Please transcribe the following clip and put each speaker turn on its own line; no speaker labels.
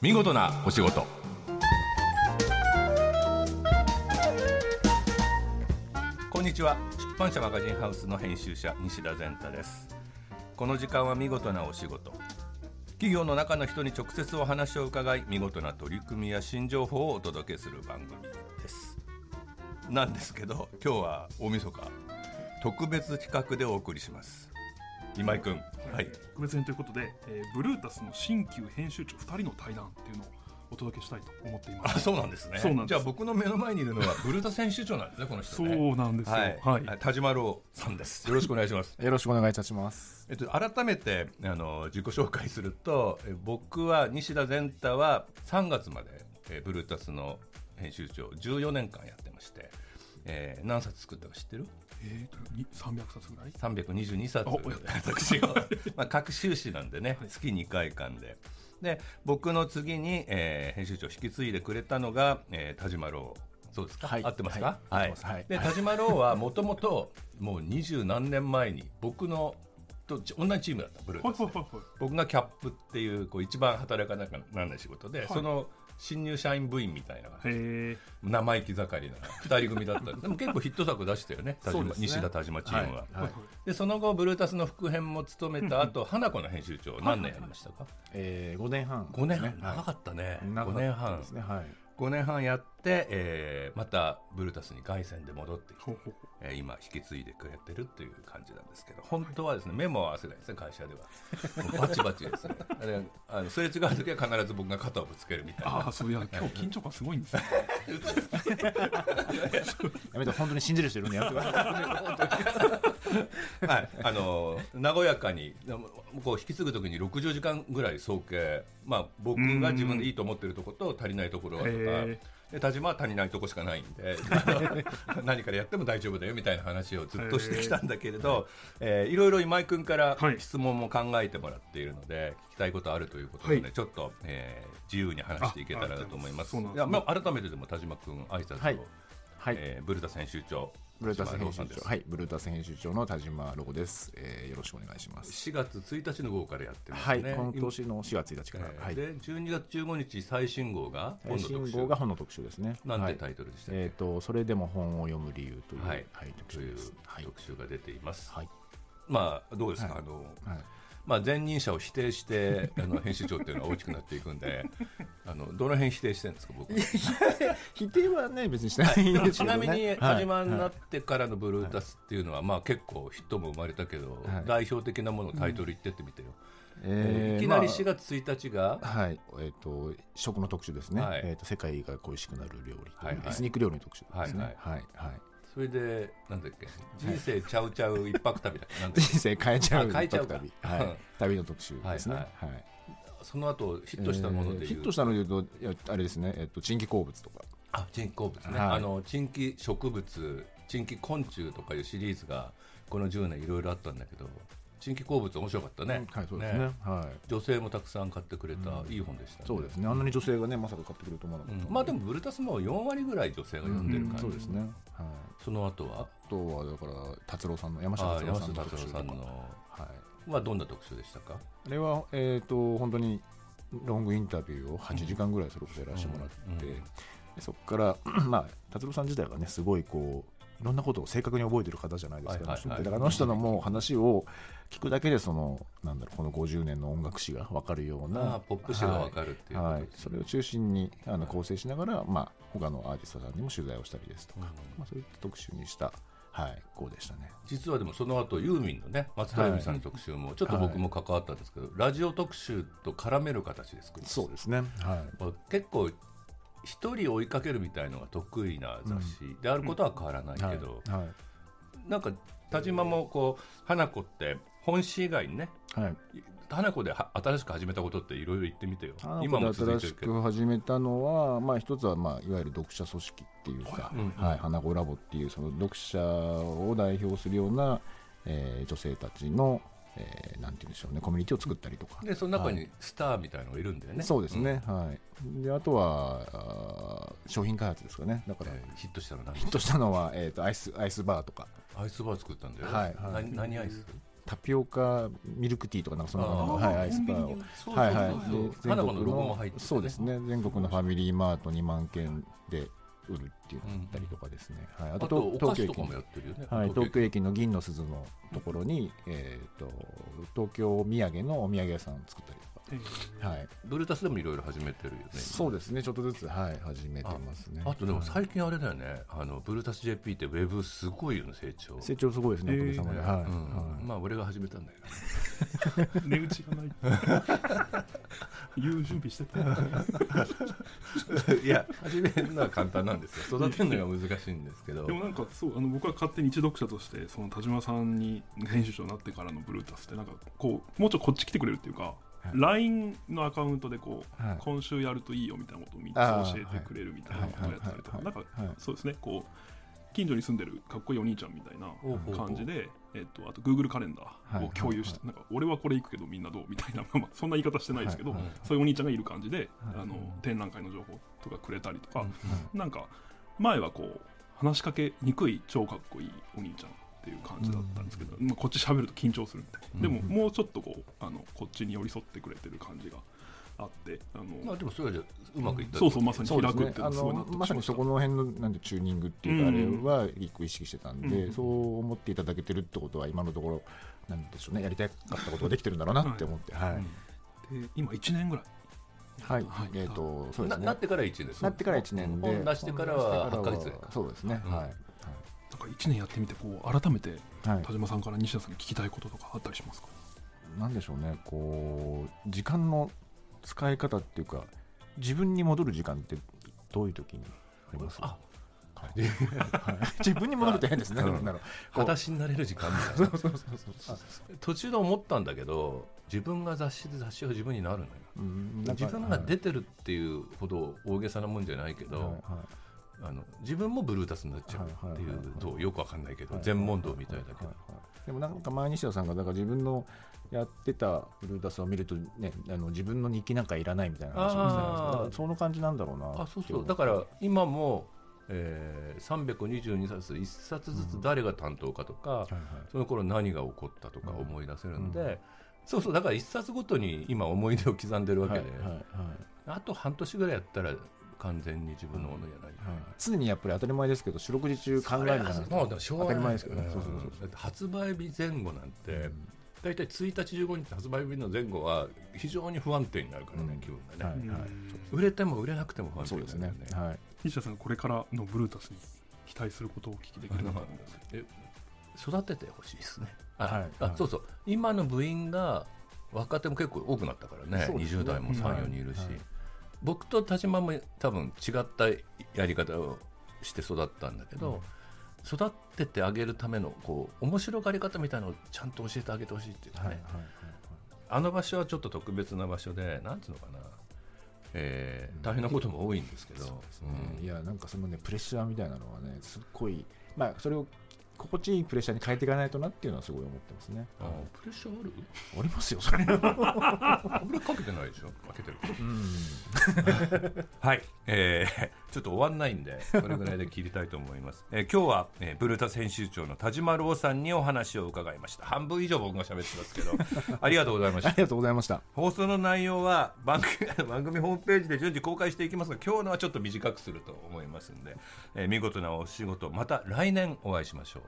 見事なお仕事こんにちは出版社マガジンハウスの編集者西田善太ですこの時間は見事なお仕事企業の中の人に直接お話を伺い見事な取り組みや新情報をお届けする番組ですなんですけど今日は大晦日特別企画でお送りします今井君はい
特別編ということで、えーブルータスの新旧編集長2人の対談っていうのをお届けしたいと思っていま
あ
す。
そうなんですね
そうなんです
じゃあ僕の目の前にいるのはブルータ選手長なんですねこの人ね
そうなんですよ
はい、
はい
あ田島郎さんですよろしくお願いします
よろしくお願いいたします。
えっと改めてあの自己紹介するとえ僕は西田善太は3月までえブルータスの編集長14年間やってまして、えー何冊作ったか知ってる
えーとに300冊ぐらい
322冊
あおや
私が、 まあ、各収支なんでね、
はい
月2回間でで僕の次に、えー編集長を引き継いでくれたのが、えー田島朗そうですか、
はい
合ってますか、
はい合ってますはい
で田島朗は もともともう二十何年前に僕のとち同じチームだったブルー
は
で
い
す、
はいはいはい。
僕がキャップっていうこう一番働かなきゃならない仕事で、
い
その新入社員部員みたいな
へえ。
生意気盛りな2人組だったんででも結構ヒット作出したよね田島
そうですね
西田田島チームは、
はいはい
でその後ブルータスの副編も務めた後花子の編集長を何年やりましたか
えー、5年半、
5年半
はい
長かったね
長
5
か
年
った
半
ですね。はい。
5年半やって、えーまたブルータスに凱旋で戻ってき
ほ
て
う、ほうほ
えー今引き継いでくれてるっていう感じなんですけど本当はですね目も合わせないですね会社ではもうバチバチですね あれあのすれ違う時は必ず僕が肩をぶつけるみたい
あ
な
あ、そうい や、今日緊張感すごいんですよ。
やめて本当に信じる人いるんでやめてく ださい。
はい、あの和やかにでもこう引き継ぐときに60時間ぐらい総計、まあ、僕が自分でいいと思ってるところと足りないところはと
へー
かで田島は足りないとこしかないんで 何からやっても大丈夫だよみたいな話をずっとしてきたんだけれど、えーいろいろ今井君から
はい
質問も考えてもらっているので聞きたいことあるということで、
はい
ちょっと、えー自由に話していけたらなと思います。
ああ
い
りがとうござ
や
います
まあ、改めてでも田島君挨拶を、
はいはい。
えーブルタ選手長
ブルータス
田島
編
朗さ
集
んです
長、はい、ブルータス編集長の田島ロゴです。えー、よろしくお願いします。
4月1日の号からやってます
はい、
ね。
今年の4月1日から、
えー
はい。
で12月15日最新号が本
最
の特
新
集
号が本の特集ですね。
なん
は
て
い
タイトルでしたっけ、
えっ、とそれでも本を読む理由という、
は
はいい、特
とい
集
う
です。はい。
特集が出ています、
はい。
まあどうですか、
はい
あの
はい
まあ、前任者を否定して あの編集長っていうのは大きくなっていくんで あのどの辺否定してるんですか僕
否定はね別にしてないんです
ち
けど
な
ね。
みに
はい
田島になってからの「ブルータス」っていうのは、まあ、結構ヒットも生まれたけど、
はい
代表的なものをタイトル言ってってみてよ、
え
い
ー
きなり
まあ
4月1日が、
はい、えっ、と食の特集ですね。
はい
えっ、と世界が恋しくなる料理、
はいはい
エスニック料理の特集ですね。
は
はいいはい、
それでなんだっけ人生ちゃうちゃう一泊旅 だっけなんだっけ
人生変えちゃう
あ変えちゃうか
旅、
うん
はい、旅の特集ですね。
は
はいい、
その後ヒットしたものでいう、
えーヒットしたので言うといやあれですね。えっ、と珍奇鉱物とか、
あ人工物ね、
はい
あの珍奇植物珍奇昆虫とかいうシリーズがこの10年いろいろあったんだけど珍奇鉱物面白かったね、
はいそうですね。はい。
女性もたくさん買ってくれた、いい本でしたね、
そうですね。あんなに女性がねまさか買ってくると思わなかった、
うんまあでもブルタスも4割ぐらい女性が読んでる感じ、
そうですね。はい。
その後は
あとはだから達郎さんの山下
あ
達郎
山
さん
下
の
達
特
郎
集と
さ
か
んの
はい。
はどんな特集でしたか
あれは、えー、と本当にロングインタビューを8時間ぐらいそれこそやらせてもらって、
うんうん
でそこから、 まあ、達郎さん自体はねすごいこういろんなことを正確に覚えてる方じゃないです
は
か、
いはいはい
あの人ってだからあの人のもう話を聞くだけでそのなんだろうこの50年の音楽史が分かるよう
あー
な
ポップ史が分かるっていうこと
は
ですね
いはいそれを中心にあの構成しながら、まあ他のアーティストさんにも取材をしたりですとか、まあ、そういった特集にした、はい、こうでしたね。
実はでもその後ユーミンのね松田由美さんの特集も、ちょっと僕も関わったんですけど、ラジオ特集と絡める形で作りました
そうですね、はい
まあ結構一人追いかけるみたいのが得意な雑誌であることは変わらないけど、
はい
なんか田島もこう花子って本誌以外にね
はい、
花子では新しく始めたことっていろいろ言ってみてよ今
今
も
も
続い
新
てる
し
けど
く始めたのは、まあ、一つは、まあ、いわゆる読者組織っていうか、
うん
はい、花子ラボっていうその読者を代表するような、えー女性たちの、えーなんて言うんでしょうねコミュニティを作ったりとか、
でその中にスターみたいなのがいるんだよね、
そうですね、はい、であとはあー商品開発ですかねだから、
えーヒットしたの何
ヒットしたのは、えー、とアイスアイスバーとか
アイスバー作ったんだよ、
はいはい
な何アイス
タピオカミルクティーとかなんかそんな感じの、
あ
は
ー
い、アイスバー
コンビ
を
ニ。
そう
はいはい
そうそう
で
花子のロゴも入っててね
そうですね全国のファミリーマート2万件で売るっていうのだったりとかですね、はい、あ
あ
と
とお菓
東
子
京
と
駅
か
に
もやってるよね。
はい、東京
駅
駅の銀の鈴のところに、えー、と東京土産のお土産屋さん作ったり
え
と
ー
か、はい
ドルタスでもいろいろ始めてるよね。今
そうですねちょっとずつ、はい、始めてますね
あとでも
はい
最近あれだよね、あのブルータス JP ってウェブすごいよね成長。
成長すごいですね、
えー
おかげさまで、はい
うん
はい
まあ俺が始めたんだけど、
値打ちがない。 言う準備してた。で
いや始めるのは簡単なんですよ。育てるのが難しいんですけど。
もなんかそうあの僕は勝手に一読者としてその田島さんに編集長になってからのブルータスってなんかこうもうちょいこっち来てくれるっていうか、
い
LINE のアカウントでこう、
はい
今週やるといいよみたいなことを
あ
3つ
ー
教えてくれるみたいなことをやったりとか
はい
な
は
ん
い
か
はい
そうですねこう近所に住んでるかっこいいお兄ちゃんみたいな
ほうほうほう
感じで、えっと、あと Google カレンダーを共有して、なんか俺はこれ行くけどみんなどうみたいな、まあ、そんな言い方してないですけど、
はいはい
そういうお兄ちゃんがいる感じで、
はい
あの展覧会の情報とかくれたりとか、
う
なんか前はこう話しかけにくい超かっこいいお兄ちゃんっていう感じだったんですけど、まあ、こっち喋ると緊張するみたいな、
うん
でももうちょっとこうあのこっちに寄り添ってくれてる感じがあってあの、
んまあでもそれはじゃあうまくいった。
そうそうまさに
そ
開
うです
くっ
ね
ていう
あ
のすご
の
いなと
まさにそこの辺のなんてチューニングっていうか、
うん
あれは一個意識してたんで、
うん
そう思っていただけてるってことは今のところなんでしょうねやりたかったことができてるんだろうなって思ってはい、は
う
い
んで今1年ぐらいはい
えっ、とそうで
な
すね
なってから一年です。
なってから1年で
本出してからは8ヶ月ぐらいか。
そうですね、
うん
はい
なんか1年やってみてこう改めて
はい
田島さんから西田さんに聞きたいこととかあったりしますか、
なんでしょうねこう時間の使い方っていうか自分に戻る時間ってどういう時にあります
あ
はいはい 自分に戻るって変ですね、
うん
なんだろうこう
裸足になれる時間みたい
そう
な
そうそうそう
途中で思ったんだけど自分が雑誌で雑誌は自分になるのよ
うんなんか
自分が出てるっていうほど大げさなもんじゃないけど、
はいはいはい
あの自分もブルータスになっちゃうっていう
はい
とよくわかんないけど
はい
全問答みたいだけど
ははいでもなんか前西田さんがだから自分のやってたブルータスを見るとねあの自分の日記なんかいらないみたいな話もしてたんですけ
あー
どだからその感じなんだろうな
あそうそうだ
か
から今も、えー、322冊1冊ずつ誰が担当かとか、
はいはい
その頃何が起こったとか思い出せるんで、
うん
そうそうだから1冊ごとに今思い出を刻んでるわけで、
はいはいはい
あと半年ぐらいやったら完全に自分のものじゃない、
常にやっぱり当たり前ですけど四六時中考えるじゃないですか
もうでもしょうがない
当たり前ですけどね
うん
そうそうそう
だって発売日前後なんて、
うん
大体1日15日発売日の前後は非常に不安定になるからね、
うん
気分がね、
はいはい
売れても売れなくても不安定
そうです
にな
ね
るよ
はい
西田さんがこれからのブルータスに期待することをお聞きできるのかと思うんですけど
え育ててほしいですねあ、
はい
あ
はい
そうそう今の部員が若手も結構多くなったからね
そうですね
20代も
はい
34人いるし、
はい
僕と田島も多分違ったやり方をして育ったんだけど、育ててあげるためのこう面白がり方みたいなのをちゃんと教えてあげてほしいっていうかね、
はいはい
あの場所はちょっと特別な場所で、なんつうのかな、えー大変なことも多いんですけど、うん
いやなんかそのねプレッシャーみたいなのはねすっごいまあそれを心地いいプレッシャーに変えていかないとなっていうのはすごい思ってますね
あープレッシャーある
ありますよそれは
油かけてないでしょかけてる。
うん
はい、えー ちょっと終わんないんで、これぐらいで切りたいと思います。えー今日は、えーブルータス編集長の田島郎さんにお話を伺いました。半分以上僕が喋ってます けど、ありがとうございまし
あ
た
り。がとうございました
放送の内容は番組 番組ホームページで順次公開していきますが今日のはちょっと短くすると思いますんで、えー見事なお仕事また来年お会いしましょう。